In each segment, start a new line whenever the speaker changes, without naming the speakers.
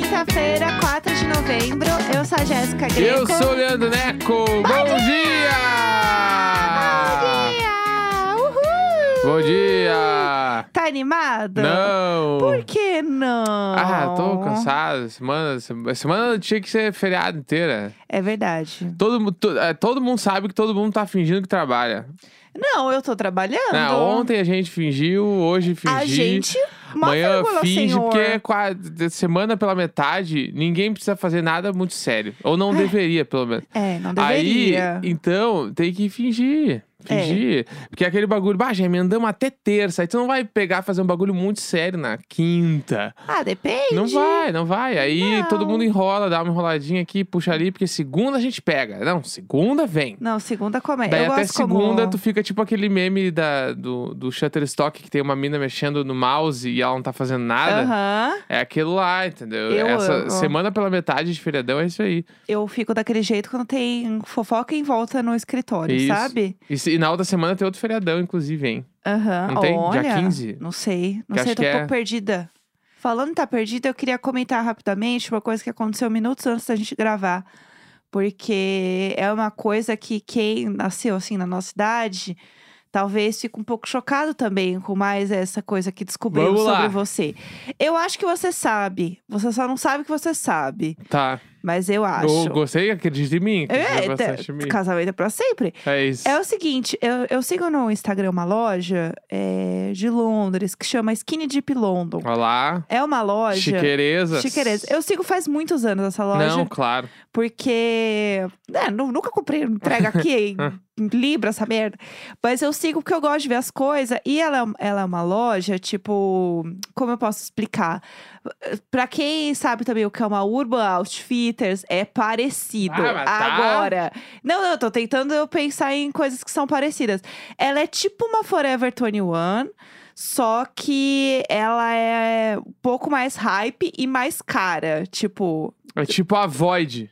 dia 4 é de novembro. Eu sou a Jéssica Greco.
Eu sou o Leandro Neco. Bom,
dia! Bom
dia!
dia! Uhul!
Bom dia!
Tá animado?
Não!
Por que não?
Ah, tô cansado. Semana, semana, semana tinha que ser feriado inteira.
É verdade.
Todo, mu- to- eh, todo mundo sabe que todo mundo tá fingindo que trabalha.
Não, eu tô trabalhando.
Né, ontem a gente fingiu, hoje fingi.
A gente... Uma
Amanhã
vírgula,
finge,
senhor.
porque é qua- de- semana pela metade, ninguém precisa fazer nada muito sério. Ou não deveria, pelo menos.
É, não
Aí,
deveria.
então, tem que fingir.
É.
Fingir. Porque é aquele bagulho, bah, já emendamos até terça. Aí tu não vai pegar e fazer um bagulho muito sério na quinta.
Ah, depende.
Não vai, não vai. Aí
Não.
todo mundo enrola, dá uma enroladinha aqui, puxa ali, porque segunda a gente pega. Não, segunda vem.
Não, segunda começa.
Daí
É, eu
até
gosto
segunda
como...
tu fica tipo aquele meme da, do, do Shutterstock que tem uma mina mexendo no mouse e ela não tá fazendo nada.
Aham.
É aquilo lá, entendeu?
Eu
Essa
amo.
semana pela metade de feriadão é isso aí.
Eu fico daquele jeito quando tem fofoca em volta no escritório,
Isso.
sabe?
E, se- e na outra semana tem outro feriadão, inclusive, hein?
Aham.
Não tem? Dia
Ah, Olha,
15?
Não sei. Não
Que
sei,
acho
tô
que
um
é-
pouco perdida. Falando em tá perdida, eu queria comentar rapidamente uma coisa que aconteceu minutos antes da gente gravar. Porque é uma coisa que quem nasceu assim na nossa idade talvez fique um pouco chocado também com mais essa coisa que descobriu
Vamos
sobre
lá.
você. Eu acho que você sabe. Você só não sabe que você sabe.
Tá.
Mas eu acho.
Eu gostei, acredita em mim. Acredita
É,
bastante em
tá-
mim.
casamento é pra sempre.
É isso.
É o seguinte, eu, eu sigo no Instagram uma loja é, de Londres que chama Skinny Deep London.
Olha lá.
É uma loja.
Chiquerezas.
Chiquereza. Eu sigo faz muitos anos essa loja,
Não, claro.
porque. É, nu- nunca comprei entrega aqui em, em Libra, essa merda. Mas eu sigo porque eu gosto de ver as coisas. E ela, é um- ela é uma loja, tipo. Como eu posso explicar? Pra quem sabe também o que é uma Urban Outfitters, é parecido.
Ah, mas tá.
Agora. Não, não, eu tô tentando eu pensar em coisas que são parecidas. Ela é tipo uma Forever 21, só que ela é um pouco mais hype e mais cara. Tipo,
É tipo a Void.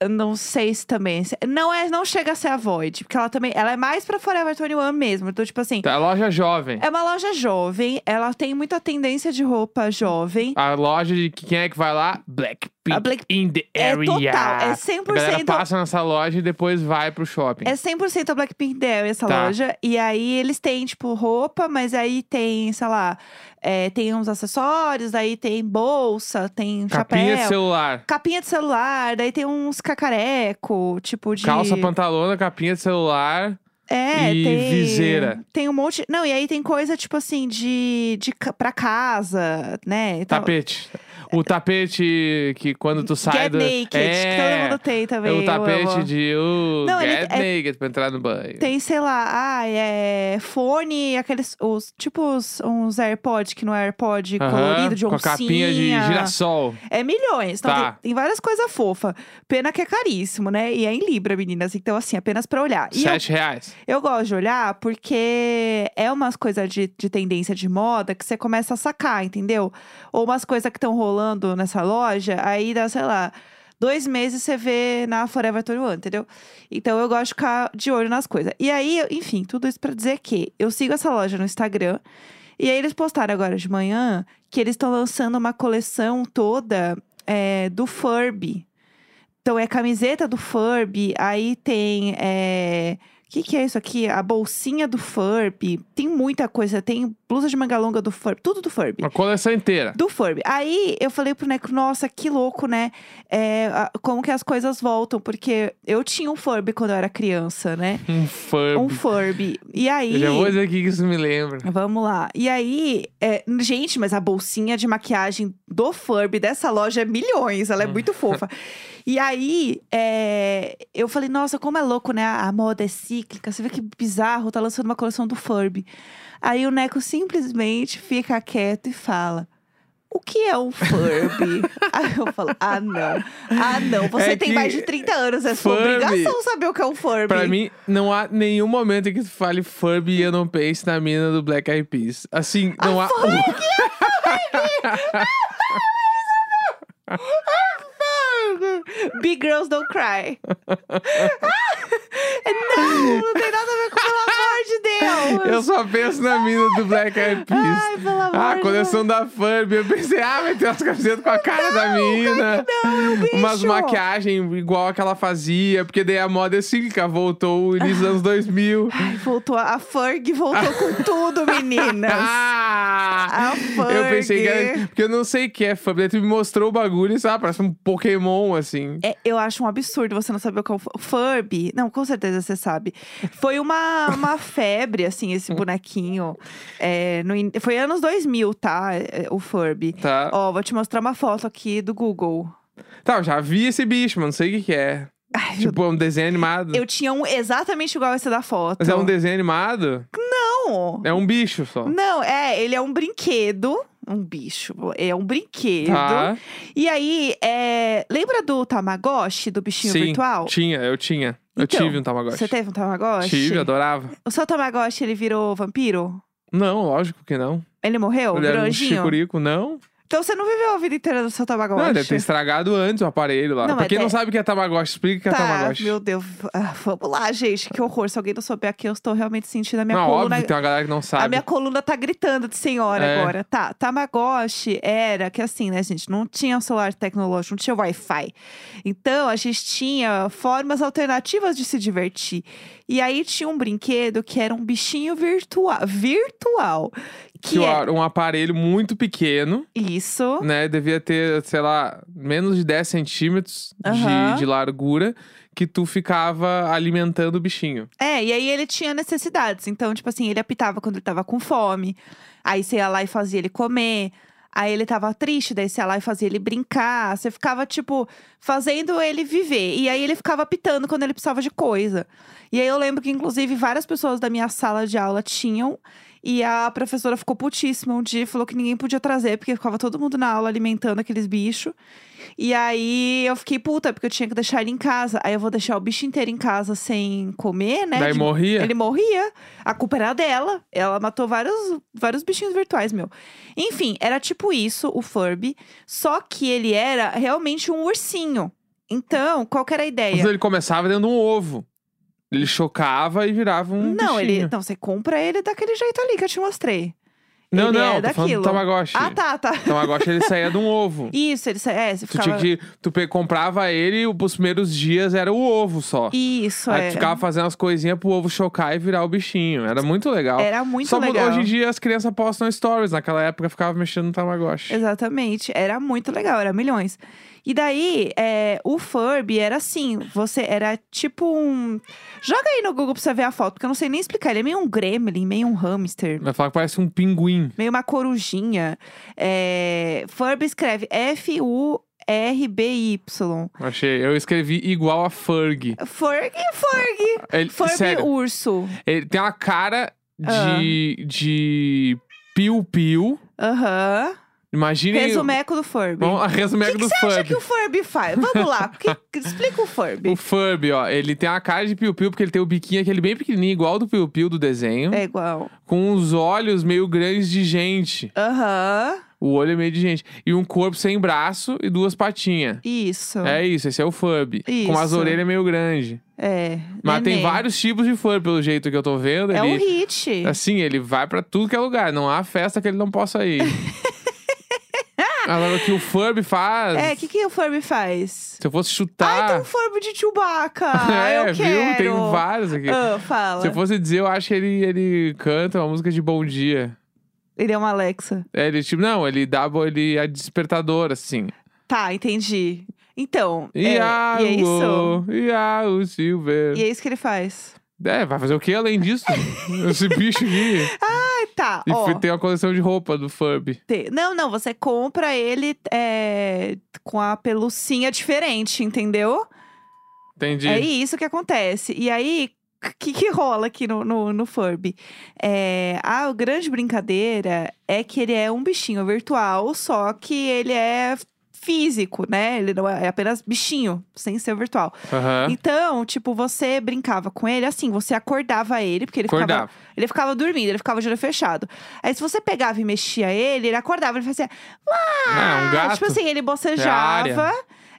eu não sei se também. se- Não é, não chega a ser a Void, porque ela também. Ela é mais pra Forever 21 mesmo. Então, tipo assim.
Tá, A loja jovem.
É uma loja jovem, ela tem muita tendência de roupa jovem.
A loja de que- quem é que vai lá? Blackpink
A Black-
in the
É
area.
total, é
A galera
100%.
passa nessa loja e depois vai pro shopping.
É 100% a Blackpink Dell, essa
Tá.
loja. E aí eles têm, tipo, roupa, mas aí tem, sei lá, é, tem uns acessórios, aí tem bolsa, tem
Capinha de
chapéu.
celular.
Capinha de celular, daí tem uns cacareco, tipo de.
Calça, pantalona, capinha de celular.
É,
e
tem.
viseira.
Tem um monte. Não, e aí tem coisa, tipo assim, de. de ca- pra casa, né? Então,
Tapete. O tapete que quando tu sai
Get
do.
naked, que todo
é,
mundo tem
é
também.
o
eu
tapete
amo.
de o
Não, ele é
get naked pra entrar no banho.
Tem, sei lá, ah, é fone, aqueles, os, tipo os, uns AirPod, que não é AirPod
Aham,
colorido, de
Com a
oncinha.
capinha de girassol.
É milhões. Então,
Tá.
tem, tem várias coisas fofas. Pena que é caríssimo, né? E é em Libra, meninas. Então, assim, apenas pra olhar. E eu,
Sete reais.
eu gosto de olhar porque é umas coisas de, de tendência de moda que você começa a sacar, entendeu? Ou umas coisas que estão rolando nessa loja, aí dá, sei lá, dois meses você vê na Forever 21, entendeu? Então eu gosto de ficar de olho nas coisas. E aí, eu- enfim, tudo isso pra dizer que eu sigo essa loja no Instagram. E aí eles postaram agora de manhã que eles estão lançando uma coleção toda é, do Furby. Então é camiseta do Furby, aí tem. é, o que, que é isso aqui? A bolsinha do Furby. Tem muita coisa. Tem blusa de manga longa do Furby. Tudo do Furby.
Uma coleção inteira.
Do Furby. Aí eu falei pro Neco, nossa, que louco, né? É, a- como que as coisas voltam? Porque eu tinha um Furby quando eu era criança, né?
Um fã.
Um Furby. E aí.
Eu já vou dizer aqui que isso me lembra.
Vamos lá. E aí, é, gente, mas a bolsinha de maquiagem do Furby dessa loja é milhões,
Hum.
ela é muito fofa. E aí, é, eu falei, nossa, como é louco, né? A moda é cíclica, você vê que bizarro, tá lançando uma coleção do Furby. Aí o Neco simplesmente fica quieto e fala. O que é um Furby? Aí eu falo, ah não, ah não, você
É
tem
que
mais de 30 anos, é sua
Furby-
obrigação saber o que é um Furby.
Pra mim, não há nenhum momento em que tu fale Furby e eu não pense na mina do Black Eyed Peas. Assim,
Ah,
não há.
Big Girls Don't Cry. Ah, não, não tem nada a ver com o pelo amor de Deus!
Eu só penso na mina do Black Eyed Peas.
Ai, pelo amor
Ah,
de
coleção da Furby. Eu pensei, ah, vai ter umas camisetas com a cara da mina.
Não, é um bicho.
Umas maquiagens igual a que ela fazia. Porque daí a moda é cíclica. Voltou o início dos anos 2000.
Ai, voltou. A Ferg voltou com tudo, meninas.
Ah!
A
Eu pensei que
Ferg.
era. Porque eu não sei o que é Furby. Daí tu me mostrou o bagulho e sabe, parece um Pokémon assim.
É, eu acho um absurdo você não saber qual foi. Furby. Não, com certeza você sabe. Foi uma, uma febre, assim, esse bonequinho. É, no in- foi anos 2000, tá? É, O Furby.
Tá.
Ó, vou te mostrar uma foto aqui do Google.
Tá, eu já vi esse bicho, mas não sei o que, que é.
Ai,
tipo, é um desenho animado.
Eu tinha um exatamente igual esse da foto.
Mas é um desenho animado?
Não!
É um bicho só.
Não, é, ele é um brinquedo. Um bicho. É um brinquedo.
Tá.
E aí, é, lembra do Tamagotchi, do bichinho
Sim,
virtual?
Tinha, eu tinha. eu
Então,
tive um Tamagotchi.
Você teve um Tamagotchi?
Tive, adorava.
O seu Tamagotchi, ele virou vampiro?
Não, lógico que não.
Ele morreu?
ele era um
Grandinho?
chicurico, não.
então você não viveu a vida inteira do seu Tamagotchi?
Não, Ah, deve ter estragado antes o aparelho lá.
Não,
pra
mas
quem não
é-
sabe o que é Tamagotchi, explica o que é
Tá,
Tamagotchi.
meu Deus. Ah, vamos lá, gente. Que horror. Se alguém não souber aqui, eu estou realmente sentindo a minha
não,
coluna...
óbvio, tem uma galera que não
A
sabe.
minha coluna tá gritando de senhora
É.
agora. Tá, Tamagotchi era que assim, né, gente? Não tinha celular tecnológico, não tinha Wi-Fi. Então, a gente tinha formas alternativas de se divertir. E aí tinha um brinquedo que era um bichinho virtual. Virtual. Que
Que
é
era um aparelho muito pequeno,
isso.
né? Devia ter, sei lá, menos de 10 centímetros
Aham.
de, de largura, que tu ficava alimentando o bichinho.
É, e aí ele tinha necessidades. Então, tipo assim, ele apitava quando ele tava com fome. Aí você ia lá e fazia ele comer. Aí ele tava triste, daí você ia lá e fazia ele brincar. Você ficava, tipo, fazendo ele viver. E aí ele ficava apitando quando ele precisava de coisa. E aí eu lembro que, inclusive, várias pessoas da minha sala de aula tinham. E a professora ficou putíssima um dia e falou que ninguém podia trazer, porque ficava todo mundo na aula alimentando aqueles bichos. E aí eu fiquei puta, porque eu tinha que deixar ele em casa. Aí eu vou deixar o bicho inteiro em casa sem comer, né?
Daí
De-
morria.
ele morria. A culpa era dela. Ela matou vários, vários bichinhos virtuais, meu. Enfim, era tipo isso, o Furby. Só que ele era realmente um ursinho. Então, qual que era a
Mas
ideia?
ele começava dentro de um ovo. Ele chocava e virava um
não,
bichinho.
ele. Não, você compra ele daquele jeito ali que eu te mostrei.
Não,
ele
não,
é
tô falando
daquilo.
do Tamagotchi.
Ah, tá, tá.
Tamagotchi, ele saía de um ovo.
Isso, ele sa- é, você
Tu,
ficava.
tinha que, tu pe- comprava ele e os primeiros dias era o ovo só.
Isso,
Aí
é.
Ah, tu ficava fazendo as coisinhas pro ovo chocar e virar o bichinho. Era muito legal.
Era muito
só
legal.
mudou hoje em dia as crianças postam stories. Naquela época ficava mexendo no Tamagotchi.
Exatamente, era muito legal, era milhões. E daí, é, o Furby era assim, você era tipo um... Joga aí no Google pra você ver a foto, porque eu não sei nem explicar. Ele é meio um gremlin, meio um hamster,
Vai falar que parece um pinguim.
meio uma corujinha. É, Furby escreve F-U-R-B-Y.
Achei. Eu escrevi igual a Ferg.
Furg, Furg!
Ele,
Furby
sério,
urso.
ele tem uma cara
Ah.
de. de. piu-piu.
Aham.
Imaginem.
Resumeco do Furby.
Vamos a
o
resumeco
que, que
do
você acha
Furby.
que o Furby faz? Vamos lá, que- explica o Furby.
O Furby, ó, ele tem a cara de piu-piu, porque ele tem o biquinho aquele bem pequenininho, igual ao do piu-piu do desenho.
É igual.
Com os olhos meio grandes de gente.
Aham.
O olho é meio de gente. E um corpo sem braço e duas patinhas.
Isso.
É isso, esse é o Furby. Com as
Isso.
orelhas meio grandes.
É.
Mas tem
neném.
vários tipos de Furby, pelo jeito que eu tô vendo.
É um
ele,
hit.
assim, ele vai pra tudo que é lugar. Não há festa que ele não possa ir. Agora, o que o Furby faz...
É, o que, que o Furby faz?
Se eu fosse
Ah,
chutar...
então Furby de Chewbacca.
é,
então eu
viu?
quero.
Tem vários aqui.
Ah, fala.
Se eu fosse dizer, eu acho que ele, ele canta uma música de bom dia.
Ele é uma Alexa.
É, ele, tipo, não, ele dá bo- ele é despertador, assim.
Tá, entendi. Então, é, e
Iau,
é isso.
Iau, Silver.
E é isso que ele faz.
É, vai fazer o que além disso? Esse bicho aqui.
Ah, tá,
E
ó.
fui- tem uma coleção de roupa do Furby.
te- Não, não, você compra ele é, com a pelucinha diferente, entendeu?
Entendi.
É isso que acontece. E aí, o que, que rola aqui no, no, no Furby? É, a grande brincadeira é que ele é um bichinho virtual, só que ele é físico, né? Ele não é, é apenas bichinho, sem ser virtual.
Aham.
Então, tipo, você brincava com ele, assim, você acordava ele, porque ele ficava
Acordava.
ele ficava dormindo, ele ficava de olho fechado. Aí se você pegava e mexia ele, ele acordava, ele fazia.
Ah, um gato.
Tipo assim, ele
É a área.
bocejava.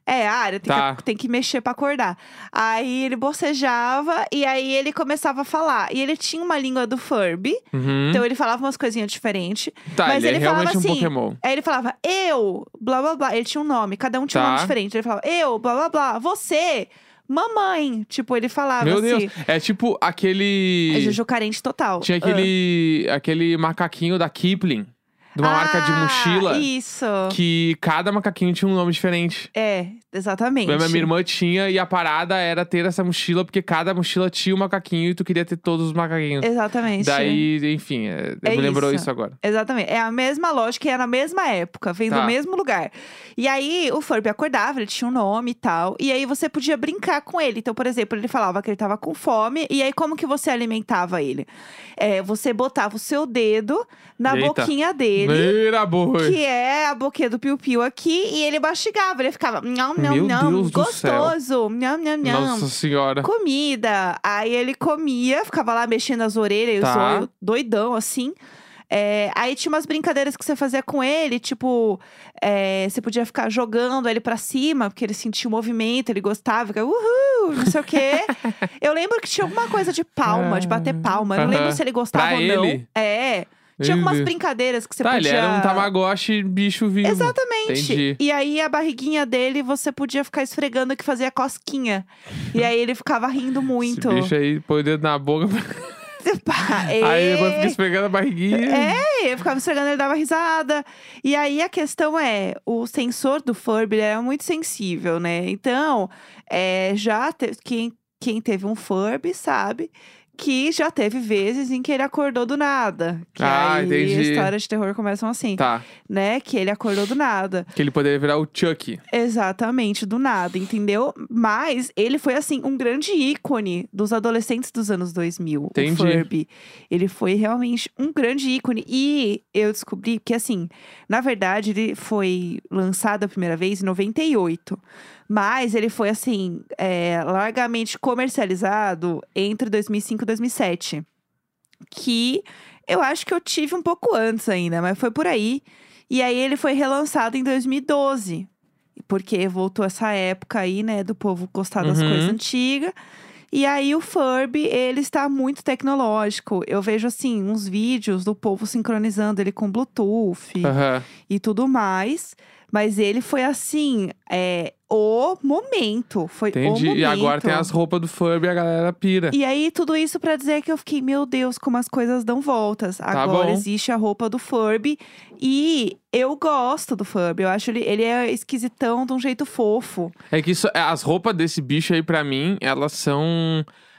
É, área, tem,
Tá.
que, tem que mexer pra acordar. Aí ele bocejava e aí ele começava a falar. E ele tinha uma língua do Furby,
Uhum.
então ele falava umas coisinhas diferentes.
tá,
então, mas
ele,
ele
é
falava
realmente um
assim,
Pokémon.
Aí ele falava, eu, blá blá blá. Ele tinha um nome, cada um tinha um
Tá.
nome diferente. Ele falava, eu, blá blá blá, você, mamãe. Tipo, ele falava
Meu
assim.
Deus. É tipo aquele.
É ah." Juju carente total.
Tinha aquele, aquele macaquinho da Kipling, de uma
Ah,
marca de mochila,
Isso.
que cada macaquinho tinha um nome diferente.
É, exatamente.
Lembra, minha irmã tinha e a parada era ter essa mochila, porque cada mochila tinha um macaquinho e tu queria ter todos os macaquinhos.
Exatamente.
Daí, enfim, é,
É
me lembrou
isso.
isso, agora.
Exatamente. É a mesma lógica e é na mesma época, vem
Tá.
do mesmo lugar. E aí o Furby acordava, ele tinha um nome e tal. E aí você podia brincar com ele. Então, por exemplo, ele falava que ele tava com fome. E aí, como que você alimentava ele? É, você botava o seu dedo na
Eita.
boquinha dele.
Meira boi!
Que é a boquinha do Piu Piu aqui, e ele mastigava, ele ficava, nham, nham,
Meu
nham,
Deus do céu.
gostoso, nham, nham, nham,
Nossa senhora.
comida. Aí ele comia, ficava lá mexendo as orelhas,
Tá.
os olhos, doidão, assim. É, aí tinha umas brincadeiras que você fazia com ele, tipo, é, você podia ficar jogando ele pra cima, porque ele sentia o movimento, ele gostava, ficava, uhul, não sei o quê. eu lembro que tinha alguma coisa de palma, de bater palma. Eu não
Aham.
lembro se ele gostava
Pra
ou não.
ele?
É. Tinha algumas
Entendi.
brincadeiras que você
Tá,
podia.
ele era um tamagotchi bicho vivo.
Exatamente.
Hum, Entendi.
E aí a barriguinha dele você podia ficar esfregando que fazia cosquinha. E aí ele ficava rindo muito.
Esse bicho aí, põe o dedo na boca,
Pá,
aí depois
é,
fica esfregando a barriguinha.
é, eu ficava esfregando, ele dava risada. E aí a questão é, o sensor do Furby ele era muito sensível, né? Então, é, já te- quem, quem teve um Furby sabe que já teve vezes em que ele acordou do nada. Que
Ah,
aí
entendi.
histórias de terror começam assim,
Tá,
né? Que ele acordou do nada.
que ele poderia virar o Chucky.
Exatamente, do nada, entendeu? Mas ele foi, assim, um grande ícone dos adolescentes dos anos 2000.
Entendi.
O Furby. Ele foi realmente um grande ícone. E eu descobri que, assim, na verdade, ele foi lançado a primeira vez em 98. Mas ele foi, assim, é, largamente comercializado entre 2005 e 2007. Que eu acho que eu tive um pouco antes ainda, mas foi por aí. E aí ele foi relançado em 2012. Porque voltou essa época aí, né, do povo gostar das
Uhum.
coisas antigas. E aí o Furby, ele está muito tecnológico. Eu vejo, assim, uns vídeos do povo sincronizando ele com Bluetooth
Aham.
e tudo mais. Mas ele foi, assim, é, o momento. Foi o
Entendi.
momento.
E agora tem as roupas do Furby e a galera pira.
E aí, tudo isso pra dizer que eu fiquei, meu Deus, como as coisas dão voltas. Agora
Tá bom.
existe a roupa do Furby. E eu gosto do Furby. Eu acho ele, ele é esquisitão de um jeito fofo.
É que isso, é, as roupas desse bicho aí, pra mim, elas são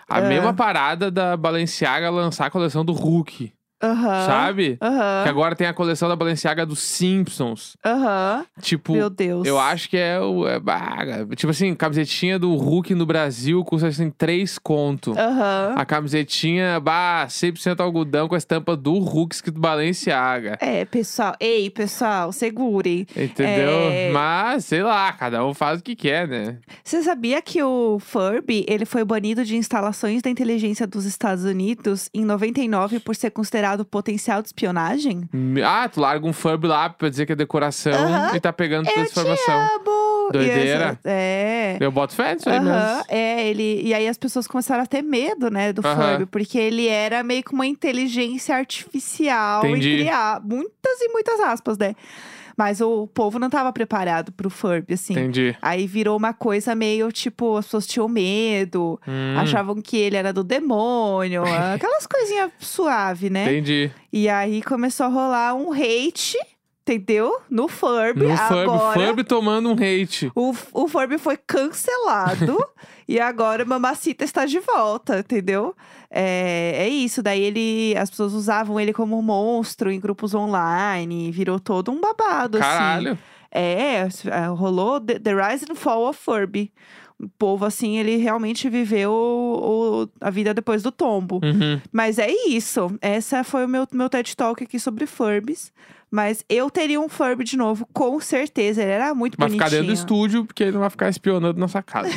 a
É.
mesma parada da Balenciaga lançar a coleção do Hulk,
Aham.
sabe? Que
Aham.
agora tem a coleção da Balenciaga dos Simpsons.
Aham.
Tipo,
Meu Deus.
eu acho que é o. é- ah, tipo assim, camisetinha do Hulk no Brasil custa assim, três conto.
Ah. Aham.
A camisetinha, bah, 100% algodão com a estampa do Hulk escrito Balenciaga.
É, pessoal. Ei, pessoal, segurem.
Entendeu?
É.
Mas, sei lá, cada um faz o que quer, né?
Você sabia que o Furby, ele foi banido de instalações da inteligência dos Estados Unidos em 99 por ser considerado potencial de espionagem?
Ah, tu larga um Furby lá pra dizer que é decoração
Aham.
e tá pegando toda
Eu
essa
te
informação.
Acabou! E
Doideira.
essa- É.
Eu boto fé nisso aí
Aham,
mesmo.
é, ele. E aí as pessoas começaram a ter medo, né, do
Aham.
Furby, porque ele era meio que uma inteligência artificial
Entendi.
e criar muitas e muitas aspas, né? Mas o povo não tava preparado pro Furby, assim.
Entendi.
Aí virou uma coisa meio tipo, as pessoas tinham medo,
Hum,
achavam que ele era do demônio, aquelas coisinhas suave, né?
Entendi.
E aí começou a rolar um hate, entendeu? No Furby.
No
agora.
Furby, Furby tomando um hate.
O, o Furby foi cancelado e agora Mamacita está de volta, entendeu? É, é isso. Daí ele, as pessoas usavam ele como um monstro em grupos online, virou todo um babado. Assim.
Caralho.
É, s- é, rolou The, The Rise and Fall of Furby. O povo, assim, ele realmente viveu o- o- a vida depois do tombo.
Uhum.
Mas é isso. Essa foi o meu, meu TED Talk aqui sobre Furbs. Mas eu teria um Furby de novo, com certeza. Ele era muito
Vai
bonitinho.
ficar dentro do estúdio, porque ele não vai ficar espionando nossa casa.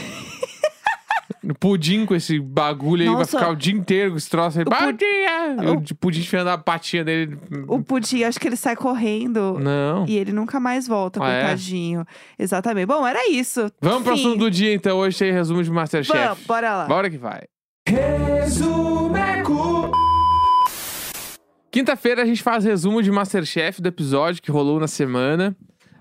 Pudim com esse bagulho aí, vai
Nossa.
ficar o dia inteiro com esse troço aí.
O
Bom
pu-
dia! E O... pudim enfiando a patinha dele.
O Pudim, acho que ele sai correndo.
Não.
E ele nunca mais volta,
Hum. Ah, é?
coitadinho. Exatamente. Bom, era isso.
Vamos pro
Fim.
assunto do dia, então. Hoje tem resumo de
Vamos,
Masterchef.
bora lá.
Bora que vai. Resumeco! Quinta-feira a gente faz resumo de Masterchef do episódio que rolou na semana.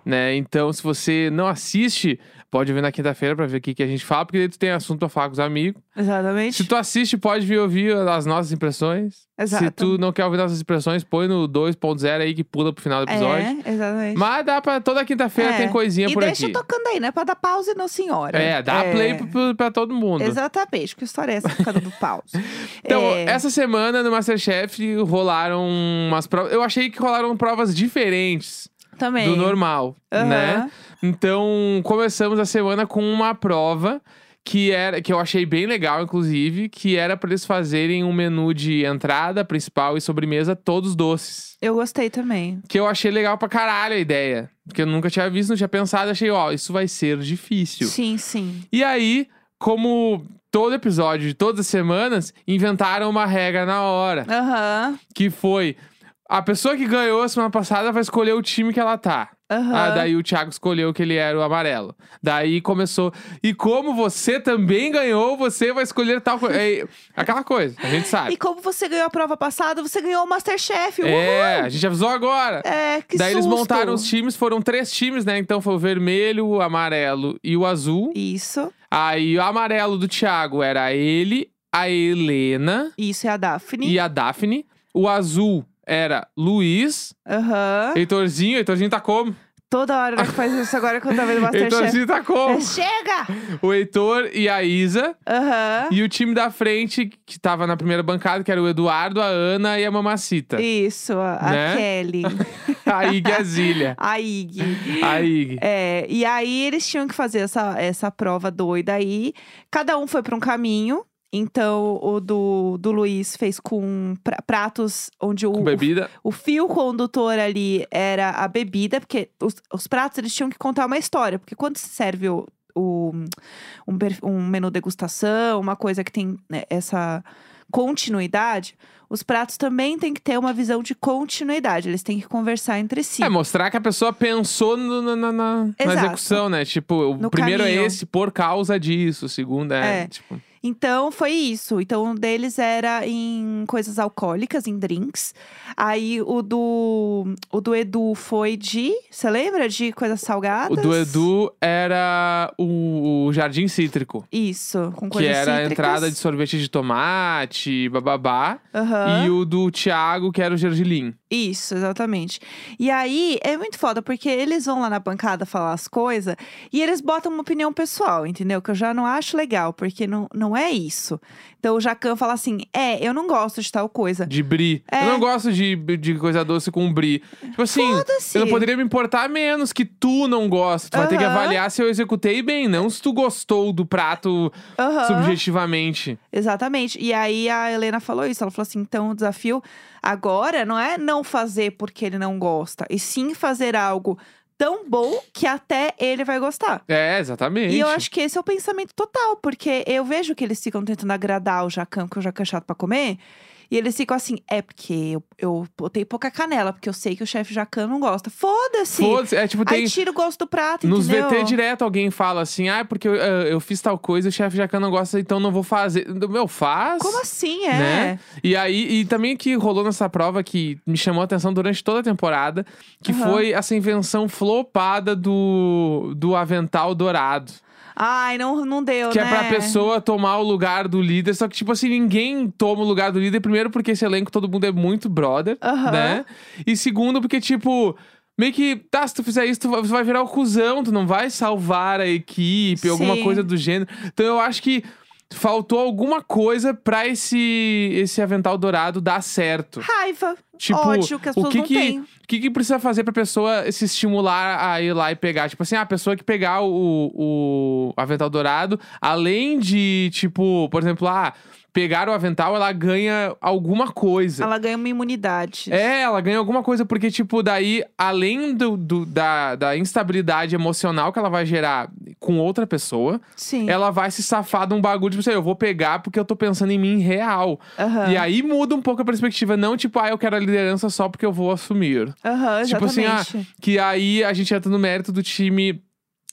Né? Então, se você não assiste, pode vir na quinta-feira pra ver o que, que a gente fala, porque daí tu tem assunto pra falar com os amigos. Se
Exatamente.
tu assiste, pode vir ouvir as nossas impressões.
Exato.
Se tu não quer ouvir nossas impressões, põe no 2.0 aí que pula pro final do episódio.
É, exatamente.
Mas dá pra. Toda quinta-feira
É.
tem coisinha
e
por
deixa
aqui.
tocando aí, não é pra dar pausa, não, senhora.
É, dá play pro- pro- pra todo mundo.
Exatamente, que história é essa por causa do pause?
Então,
é...
essa semana no Masterchef rolaram umas provas. Eu achei que rolaram provas diferentes
também.
do normal,
Aham.
né? Então, começamos a semana com uma prova que era que eu achei bem legal, inclusive, que era pra eles fazerem um menu de entrada, principal e sobremesa, todos doces.
Eu gostei também.
Que eu achei legal pra caralho a ideia. Porque eu nunca tinha visto, não tinha pensado, achei, ó, isso vai ser difícil.
Sim, sim.
E aí, como todo episódio de todas as semanas, inventaram uma regra na hora,
Aham,
que foi a pessoa que ganhou a semana passada vai escolher o time que ela tá.
aham.
Ah, daí o Thiago escolheu que ele era o amarelo. Daí começou. E como você também ganhou, você vai escolher tal coisa. aquela coisa, a gente sabe.
E como você ganhou a prova passada, você ganhou o Masterchef.
É, a gente avisou agora.
Uhul! é que
daí eles
susto.
montaram os times, foram três times, né? Então foi o vermelho, o amarelo e o azul.
Isso,
Aí o amarelo do Thiago era ele, a Helena
isso é a Daphne.
e a Daphne. O azul era Luiz,
Aham.
Heitorzinho. Heitorzinho tá como?
Toda hora ela que faz isso agora quando tá vendo o Masterchef.
Heitorzinho tá como?
É, chega!
O Heitor e a Isa.
Aham.
E o time da frente, que tava na primeira bancada, que era o Eduardo, a Ana e a Mamacita.
Isso, a, a
Né?
Kelly.
A Ig e a Zília.
a Ig.
A Ig.
É, e aí eles tinham que fazer essa, essa prova doida aí. Cada um foi pra um caminho. Então, o do, do Luiz fez com pra- pratos onde o,
Com bebida.
o fio condutor ali era a bebida, porque os, os pratos eles tinham que contar uma história. Porque quando se serve o, o- um, per- um menu degustação, uma coisa que tem né, essa continuidade, os pratos também têm que ter uma visão de continuidade. Eles têm que conversar entre si.
É, mostrar que a pessoa pensou no- na- na, na- na
Exato.
execução, né? Tipo, o
No
primeiro é
caminho.
esse por causa disso, o segundo é,
É.
tipo...
Então foi isso. Então um deles era em coisas alcoólicas, em drinks. Aí o do o do Edu foi de, você lembra de coisas
O
salgadas?
do Edu era o, o Jardim Cítrico.
Isso, com
Que
coisas
era a
cítricas.
entrada de sorvete de tomate, bababá.
Aham.
E o do Thiago, que era o gergelim.
Isso, exatamente. E aí é muito foda porque eles vão lá na bancada falar as coisas e eles botam uma opinião pessoal, entendeu? Que eu já não acho legal, porque não, não é isso. Então o Jacan fala assim: "É, eu não gosto de tal coisa".
De brie.
É.
Eu não gosto de, de coisa doce com brie. Tipo assim,
Foda-se.
eu não poderia me importar menos que tu não gosta. Tu vai ter que
Aham.
avaliar se eu executei bem, não se tu gostou do prato
Aham.
subjetivamente.
Exatamente. E aí a Helena falou isso. Ela falou assim: então o desafio agora não é não fazer porque ele não gosta, e sim fazer algo tão bom que até ele vai gostar.
É, exatamente.
E eu acho que esse é o pensamento total, porque eu vejo que eles ficam tentando agradar o Jacan, que o Jacan é chato pra comer. E eles ficam assim, é porque eu, eu botei pouca canela, porque eu sei que o chefe Jacan não gosta. Foda-se!
Foda-se. É tipo, tem.
Aí tira o gosto do prato,
Nos
entendeu?
VT direto alguém fala assim, ah, é porque eu, eu fiz tal coisa, o chefe Jacan não gosta, então não vou fazer. Meu, faz.
Como assim, é?
Né? E aí, e também que rolou nessa prova que me chamou a atenção durante toda a temporada, que
Aham.
foi essa invenção flopada do, do avental dourado.
Ai, não, não deu,
que
né?
é pra pessoa tomar o lugar do líder, só que, tipo assim, ninguém toma o lugar do líder, primeiro porque esse elenco todo mundo é muito brother,
Aham.
né? E segundo porque, tipo. Meio que, tá, se tu fizer isso, tu vai- tu vai virar o cuzão, tu não vai salvar a equipe, alguma
Sim.
coisa do gênero. Então eu acho que faltou alguma coisa pra esse, esse avental dourado dar certo.
Raiva.
Tipo,
ódio que as
o
pessoas
que
não
que-
têm.
o que, que precisa fazer pra pessoa se estimular a ir lá e pegar? Tipo assim, a pessoa que pegar o, o avental dourado, além de, tipo, por exemplo, ah, pegar o avental, ela ganha alguma coisa.
Ela ganha uma imunidade.
É, ela ganha alguma coisa, porque, tipo, daí, além do, do- da, da instabilidade emocional que ela vai gerar com outra pessoa,
Sim.
É, ela vai se safar de um bagulho, tipo assim, eu vou pegar porque eu tô pensando em mim real.
Aham.
E aí muda um pouco a perspectiva, não tipo, ah, eu quero a liderança só porque eu vou assumir.
Aham,
tipo assim, ah,
exatamente.
Que aí a gente entra no mérito do time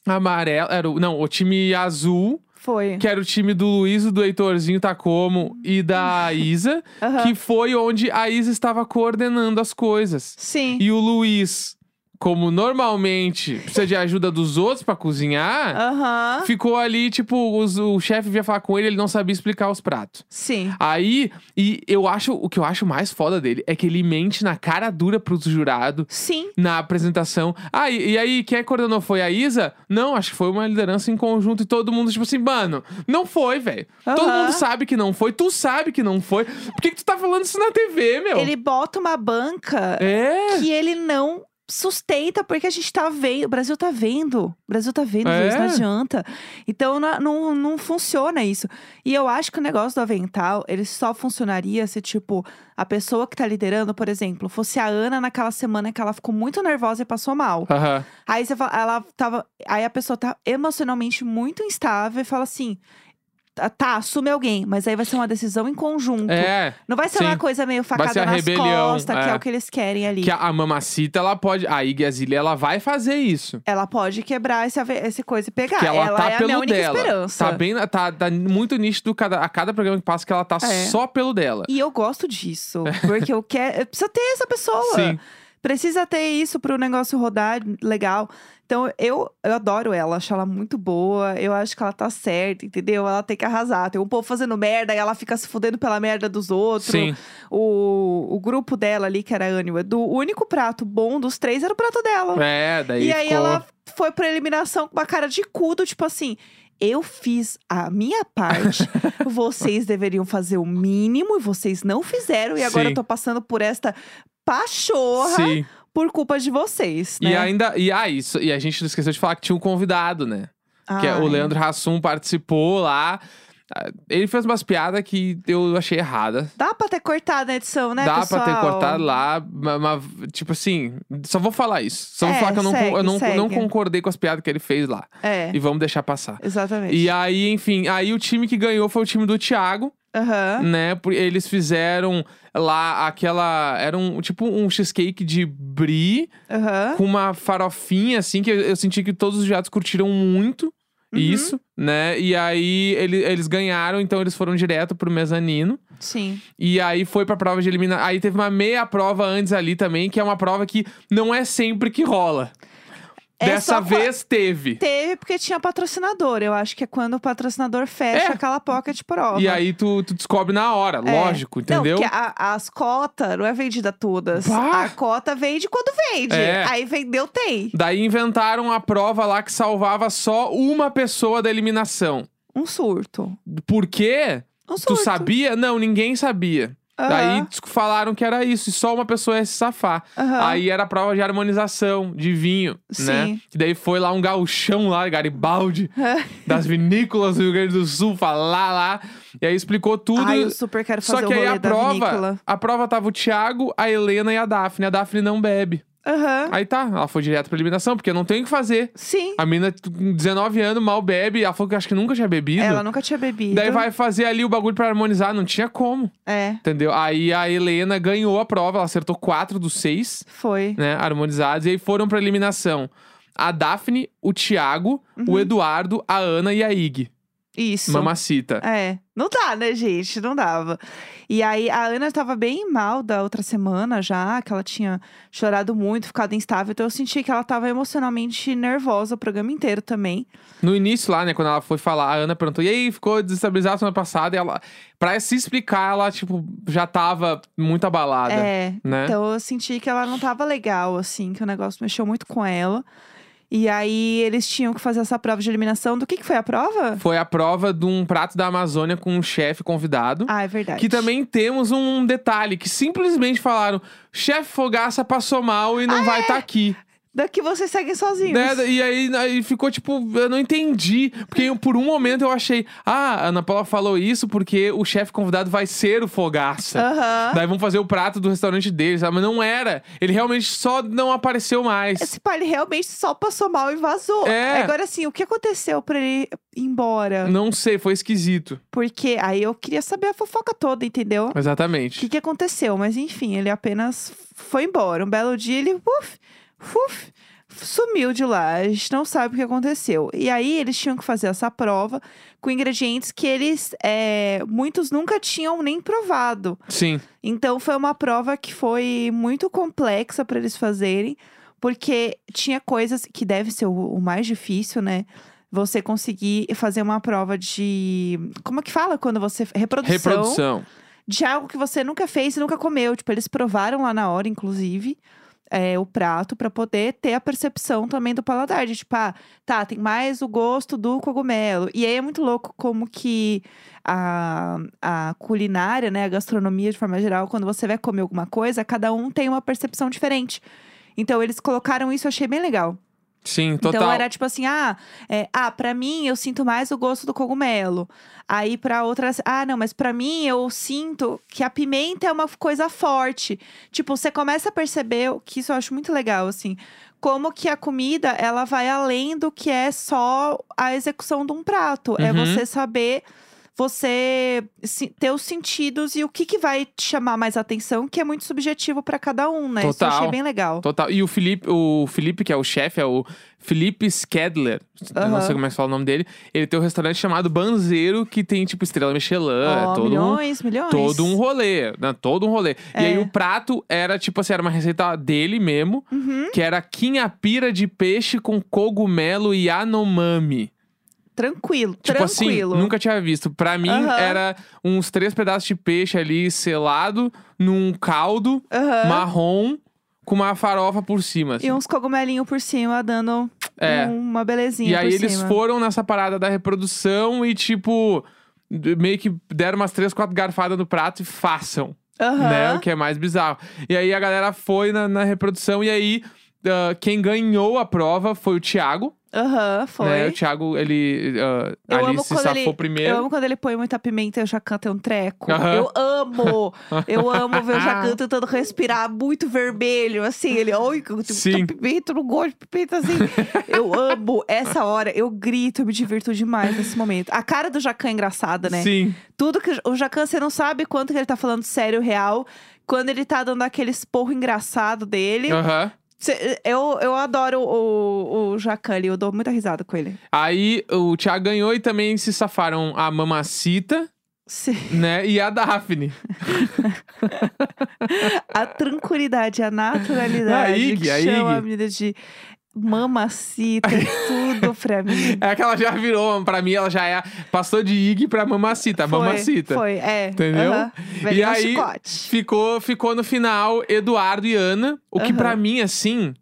amarelo, era o, não, o time azul,
Foi.
que era o time do Luiz, do Heitorzinho Tacomo e da Isa,
Aham.
que foi onde a Isa estava coordenando as coisas.
Sim.
E né? o Luiz, como normalmente precisa de ajuda dos outros pra cozinhar,
Aham.
ficou ali, tipo, os- o chefe vinha falar com ele, ele não sabia explicar os pratos.
Sim.
Aí, e eu acho, o que eu acho mais foda dele é que ele mente na cara dura pros jurados.
Sim.
Na apresentação. Ah, e, e aí, quem coordenou foi a Isa? Não, acho que foi uma liderança em conjunto e todo mundo, tipo assim, mano, não foi, velho. Todo
Aham.
mundo sabe que não foi, tu sabe que não foi. Por que, que tu tá falando isso na TV, meu?
Ele bota uma banca
É.
que ele não sustenta, porque a gente tá vendo. O Brasil tá vendo. O Brasil tá vendo,
É.
Luiz, não adianta. Então na- não, não funciona isso. E eu acho que o negócio do avental, ele só funcionaria se, tipo, a pessoa que tá liderando, por exemplo, fosse a Ana naquela semana que ela ficou muito nervosa e passou mal.
Aham.
Aí você fala, ela tava. Aí a pessoa tá emocionalmente muito instável e fala assim. "Tá, Tá, assume alguém, mas aí vai ser uma decisão em conjunto.
É.
Não vai ser
sim.
uma coisa meio
ser
facada
a
nas
rebelião,
costas, que
é.
é o que eles querem ali.
Que a, a mamacita, ela pode. A Igazilha, ela vai fazer isso.
Ela pode quebrar esse, ave- esse coisa e pegar.
que ela, tá
é a
pelo
minha única
dela.
esperança.
Tá bem. na- Tá, tá muito nítido cada, a cada programa que passa que ela tá
É.
só pelo dela.
E eu gosto disso. Porque eu quero. Precisa ter essa pessoa.
É. Sim.
Precisa ter isso pro negócio rodar legal. Então, eu, eu adoro ela, acho ela muito boa. Eu acho que ela tá certa, entendeu? Ela tem que arrasar. Tem um povo fazendo merda e ela fica se fudendo pela merda dos outros.
Sim.
O, o grupo dela ali, que era a Anne e o Edu, o único prato bom dos três era o prato dela.
É, daí.
E aí
ficou-
ela foi pra eliminação com uma cara de cu, do tipo assim. Eu fiz a minha parte, vocês deveriam fazer o mínimo e vocês não fizeram. E agora
Sim.
eu tô passando por esta pachorra
Sim.
por culpa de vocês, né?
E ainda. E, ah, isso, e a gente não esqueceu de falar que tinha um convidado, né? Que é o
Ai.
Leandro Hassum participou lá. Ah, Ele fez umas piadas que eu achei errada.
Dá pra ter cortado a edição, né,
Dá
pessoal?
pra ter cortado lá, mas, tipo assim, só vou falar isso. Só vou
É,
falar que eu não, con-
segue,
eu não, não
segue.
concordei com as piadas que ele fez lá.
É,
E vamos deixar passar.
exatamente.
E aí, enfim, aí o time que ganhou foi o time do Thiago,
Aham.
né? Por- Eles fizeram lá aquela. Era um tipo um cheesecake de brie
Aham.
com uma farofinha, assim, que eu, eu senti que todos os jatos curtiram muito
Uhum.
isso, né? E aí ele- eles ganharam, então eles foram direto pro mezanino.
Sim.
E aí foi pra prova de eliminação. Aí teve uma meia prova antes ali também, que é uma prova que não é sempre que rola.
É
Dessa
só qua-
vez teve.
Teve porque tinha patrocinador. Eu acho que é quando o patrocinador fecha
É.
aquela pocket prova.
E aí tu, tu descobre na hora,
É.
lógico, entendeu?
Não, porque a- as cotas não é vendida todas.
Bah!
A cota vende quando vende.
É.
Aí vendeu, tem.
Daí inventaram a prova lá que salvava só uma pessoa da eliminação.
Um surto.
Por quê?
Um surto.
Tu sabia? Não, ninguém sabia.
Aham,
Daí dis- falaram que era isso, e só uma pessoa ia se safar.
aham.
Aí era a prova de harmonização, de vinho, né?
Sim. É.
Que daí foi lá um gauchão lá, Garibaldi, das vinícolas do Rio Grande do Sul, falar lá. E aí explicou tudo.
Ai, eu super quero fazer
só que
o
aí
rolê
a
da
prova,
vinícola.
a prova tava o Thiago, a Helena e a Daphne. A Daphne não bebe.
Aham.
Aí tá, ela foi direto pra eliminação, porque não tem o que fazer.
Sim.
A mina t- com 19 anos, mal bebe, ela falou que acho que nunca tinha bebido.
Ela né? nunca tinha bebido.
Daí vai fazer ali o bagulho pra harmonizar, não tinha como.
É,
Entendeu? Aí a Helena ganhou a prova, ela acertou quatro dos seis,
foi.
né? Harmonizados. E aí foram pra eliminação. A Daphne, o Thiago, o Eduardo, a Ana e a Ig.
Uhum. Isso.
Mamacita.
É, não dá, né, gente? Não dava. E aí, a Ana tava bem mal da outra semana já, que ela tinha chorado muito, ficado instável. Então, eu senti que ela tava emocionalmente nervosa o programa inteiro também.
No início lá, né, quando ela foi falar, a Ana perguntou: e aí, ficou desestabilizada semana passada? E ela, pra se explicar, ela, tipo, já tava muito abalada.
É.
Né?
Então, eu senti que ela não tava legal, assim, que o negócio mexeu muito com ela. E aí eles tinham que fazer essa prova de eliminação. Do que, que foi a prova?
Foi a prova de um prato da Amazônia com um chefe convidado.
Ah, é verdade.
Que também temos um detalhe, que simplesmente falaram, chefe Fogaça passou mal
Ah,
e não vai
é?
estar aqui.
Daqui vocês seguem sozinhos.
Né? E aí, aí ficou tipo, eu não entendi. Porque eu, por um momento eu achei, ah, a Ana Paula falou isso porque o chefe convidado vai ser o Fogaça.
Aham.
Daí vão fazer o prato do restaurante deles, sabe? Mas não era. Ele realmente só não apareceu mais.
Esse pai, ele realmente só passou mal e vazou.
É. Hum.
Agora, assim, o que aconteceu pra ele ir embora?
Não sei, foi esquisito.
Porque aí eu queria saber a fofoca toda, entendeu? O
Exatamente.
que, que aconteceu? Mas enfim, ele apenas foi embora. Um belo dia ele uf, uf, sumiu de lá. A gente não sabe o que aconteceu. E aí eles tinham que fazer essa prova com ingredientes que eles, é, muitos nunca tinham nem provado.
Sim.
Então foi uma prova que foi muito complexa para eles fazerem, porque tinha coisas que deve ser o, o mais difícil, né? Você conseguir fazer uma prova de. Como é que fala quando você. Reprodução,
Reprodução.
de algo que você nunca fez e nunca comeu. Tipo, eles provaram lá na hora, inclusive, é, o prato para poder ter a percepção também do paladar. De, tipo, ah, tá, tem mais o gosto do cogumelo. E aí é muito louco como que a, a culinária, né, a gastronomia de forma geral, quando você vai comer alguma coisa, cada um tem uma percepção diferente. Então, eles colocaram isso, eu achei bem legal.
Sim, total.
Então era tipo assim, ah, é, ah, para mim eu sinto mais o gosto do cogumelo. Aí pra outras, ah, não, mas pra mim eu sinto que a pimenta é uma coisa forte. Tipo, você começa a perceber o- que isso eu acho muito legal, assim, como que a comida ela vai além do que é só a execução de um prato. É
Uhum.
você saber você se- ter os sentidos e o que, que vai te chamar mais atenção, que é muito subjetivo pra cada um, né? Isso eu achei
Total.
bem legal.
Total. E o Felipe, o Felipe, que é o chefe, é o Felipe Skedler. Eu não
Aham.
sei como é que fala o nome dele. Ele tem um restaurante chamado Banzeiro, que tem, tipo, estrela Michelin. é
Ó,
todo um,
milhões, milhões.
todo um rolê, né? Todo um rolê. E aí
É.
o prato era, tipo assim, era uma receita dele mesmo,
Uhum.
que era quinhapira de peixe com cogumelo e anomami.
Tranquilo,
Tipo
tranquilo.
assim, nunca tinha visto. Pra mim,
Aham.
era uns três pedaços de peixe ali selado num caldo
Aham.
marrom com uma farofa por cima. assim.
E uns cogumelinhos por cima, dando um,
É.
uma belezinha
E aí
por
eles
cima.
foram nessa parada da reprodução e, tipo, d- meio que deram umas três, quatro garfadas no prato e façam,
Aham.
né? O que é mais bizarro. E aí a galera foi na, na reprodução e aí ah, quem ganhou a prova foi o Thiago.
Aham, foi.
Né? O Thiago, ele ah,
Eu
ali
amo
se
quando
safou
ele- Eu
primeiro.
amo quando ele põe muita pimenta e o Jacan tem um treco.
Aham. Ah.
Eu amo! Eu amo ver o Jacan tentando respirar muito vermelho, assim. Ele, oi, com muita
Sim.
pimenta, eu não gosto de pimenta, assim. eu amo essa hora, eu grito, eu me divirto demais nesse momento. A cara do Jacan é engraçada, né?
Sim,
Tudo que o Jacan, você não sabe quanto que ele tá falando sério, real. Quando ele tá dando aquele esporro engraçado dele.
aham.
Cê- eu, eu adoro o, o Jacan ali, eu dou muita risada com ele.
Aí o Thiago ganhou e também se safaram a Mamacita,
Cê-
né? E a Daphne.
A tranquilidade, a naturalidade.
A Ig,
que
a
chama
Ig.
a menina de mamacita, tudo pra mim.
É que ela já virou, pra mim, ela já é. Passou de Ig pra Mamacita. a
foi,
Mamacita.
Foi, é.
Entendeu?
aham. Velhinho
E aí-
chicote.
Ficou, ficou no final Eduardo e Ana, o que
Aham.
pra mim assim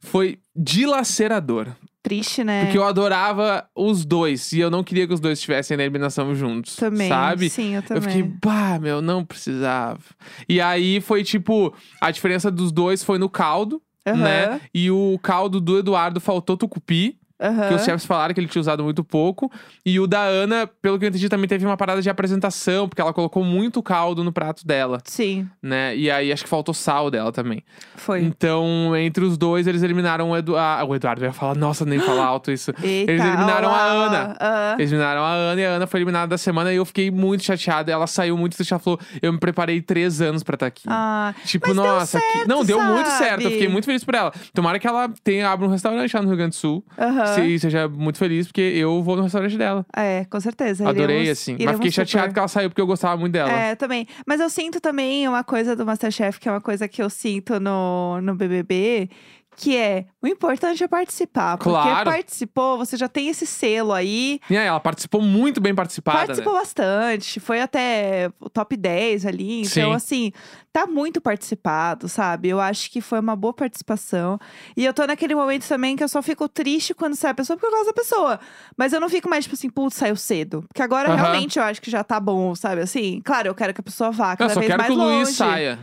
foi dilacerador,
Triste, né?
porque eu adorava os dois e eu não queria que os dois estivessem na eliminação juntos,
também.
sabe?
Sim, eu
Eu
também.
fiquei, bah, meu, não precisava. E aí foi tipo, a diferença dos dois foi no caldo,
Aham,
né? E o caldo do Eduardo faltou tucupi, que
aham.
os chefs falaram que ele tinha usado muito pouco. E o da Ana, pelo que eu entendi, também teve uma parada de apresentação, porque ela colocou muito caldo no prato dela
Sim,
né? E aí acho que faltou sal dela também.
foi.
Então, entre os dois, eles eliminaram o Eduardo. O Eduardo ia falar, nossa, nem falar alto isso.
Eita,
Eles eliminaram
ó
a
lá, ó
Ana.
lá. Aham.
Eles eliminaram a Ana e a Ana foi eliminada da semana e eu fiquei muito chateada. Ela saiu muito triste. Ela falou: Eu me preparei três anos pra estar aqui.
Ah,
Tipo,
mas deu
nossa, que-
certo,
não, deu muito
sabe?
certo. Eu fiquei muito feliz por ela. Tomara que ela tenha, abra um restaurante lá no Rio Grande do Sul.
Aham.
Se- E seja muito feliz, porque eu vou no restaurante dela.
É, com certeza.
Adorei,
iremos-
assim. Mas
iremos
fiquei chateada
um super.
que ela saiu porque eu gostava muito dela.
É, também. Mas eu sinto também uma coisa do Masterchef, que é uma coisa que eu sinto no, no BBB, Que é, o importante é participar. Porque
Claro.
participou, você já tem esse selo aí.
E aí, ela participou muito bem participada.
participou bastante, foi até o top 10 ali. Então,
Sim.
assim, tá muito participado, sabe? Eu acho que foi uma boa participação. E eu tô naquele momento também que eu só fico triste quando sai a pessoa, porque eu gosto da pessoa. Mas eu não fico mais, tipo assim, putz, saiu cedo. Porque agora
Aham.
realmente eu acho que já tá bom, sabe? Assim, claro, eu quero que a pessoa vá
né? Eu
cada
só
vez
quero
mais
que o
longe.
Luiz saia.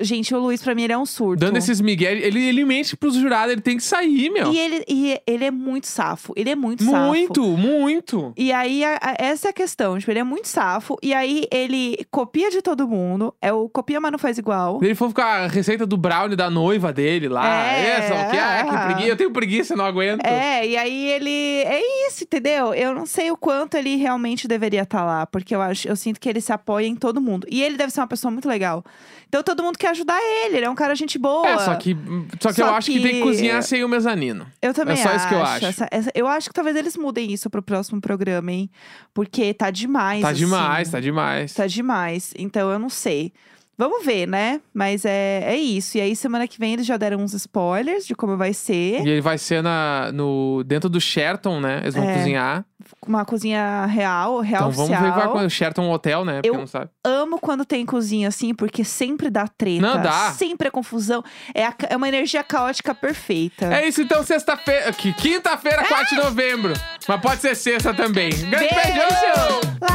Gente, o Luiz, pra mim, ele é um surto.
Dando esses migué, ele, ele mente pros jurados, ele tem que sair, meu.
E ele, e ele é muito safo. Ele é muito, safo.
muito, muito.
E aí, a- a- essa é a questão. Tipo, ele é muito safo. E aí, ele copia de todo mundo. É o copia, mas não faz igual.
Ele foi com a receita do brownie da noiva dele lá.
É,
Essa, o que? Ah, que
ah.
preguiça. Eu tenho preguiça, não aguento.
É, e aí ele. É isso, entendeu? Eu não sei o quanto ele realmente deveria estar lá, porque eu acho, eu sinto que ele se apoia em todo mundo. E ele deve ser uma pessoa muito legal. Então todo mundo quer ajudar ele, ele é um cara gente boa.
É, só que, só que
Só
eu acho que... tem que
que-
cozinhar sem o mezanino.
Eu também
é só isso que eu acho.
essa- essa- eu acho que talvez eles mudem isso pro próximo programa, hein? Porque tá demais.
Tá
assim.
demais, tá demais.
Tá demais. Então eu não sei. Vamos ver, né? Mas é, é isso. E aí, semana que vem, eles já deram uns spoilers de como vai ser.
E ele vai ser na, no, dentro do Sheraton, né? Eles vão
É,
cozinhar.
Uma cozinha real, real
Então
oficial.
vamos ver o que vai acontecer. Sheraton Hotel, né? Porque
Eu-
não sabe.
amo quando tem cozinha assim, porque sempre dá treta.
Não, dá.
Sempre é confusão. É, a ca- é uma energia caótica perfeita.
É isso, então,
É.
É sexta-feira. que- Quinta-feira, 4 de novembro. Mas pode ser sexta também. Grande beijo!
Lá,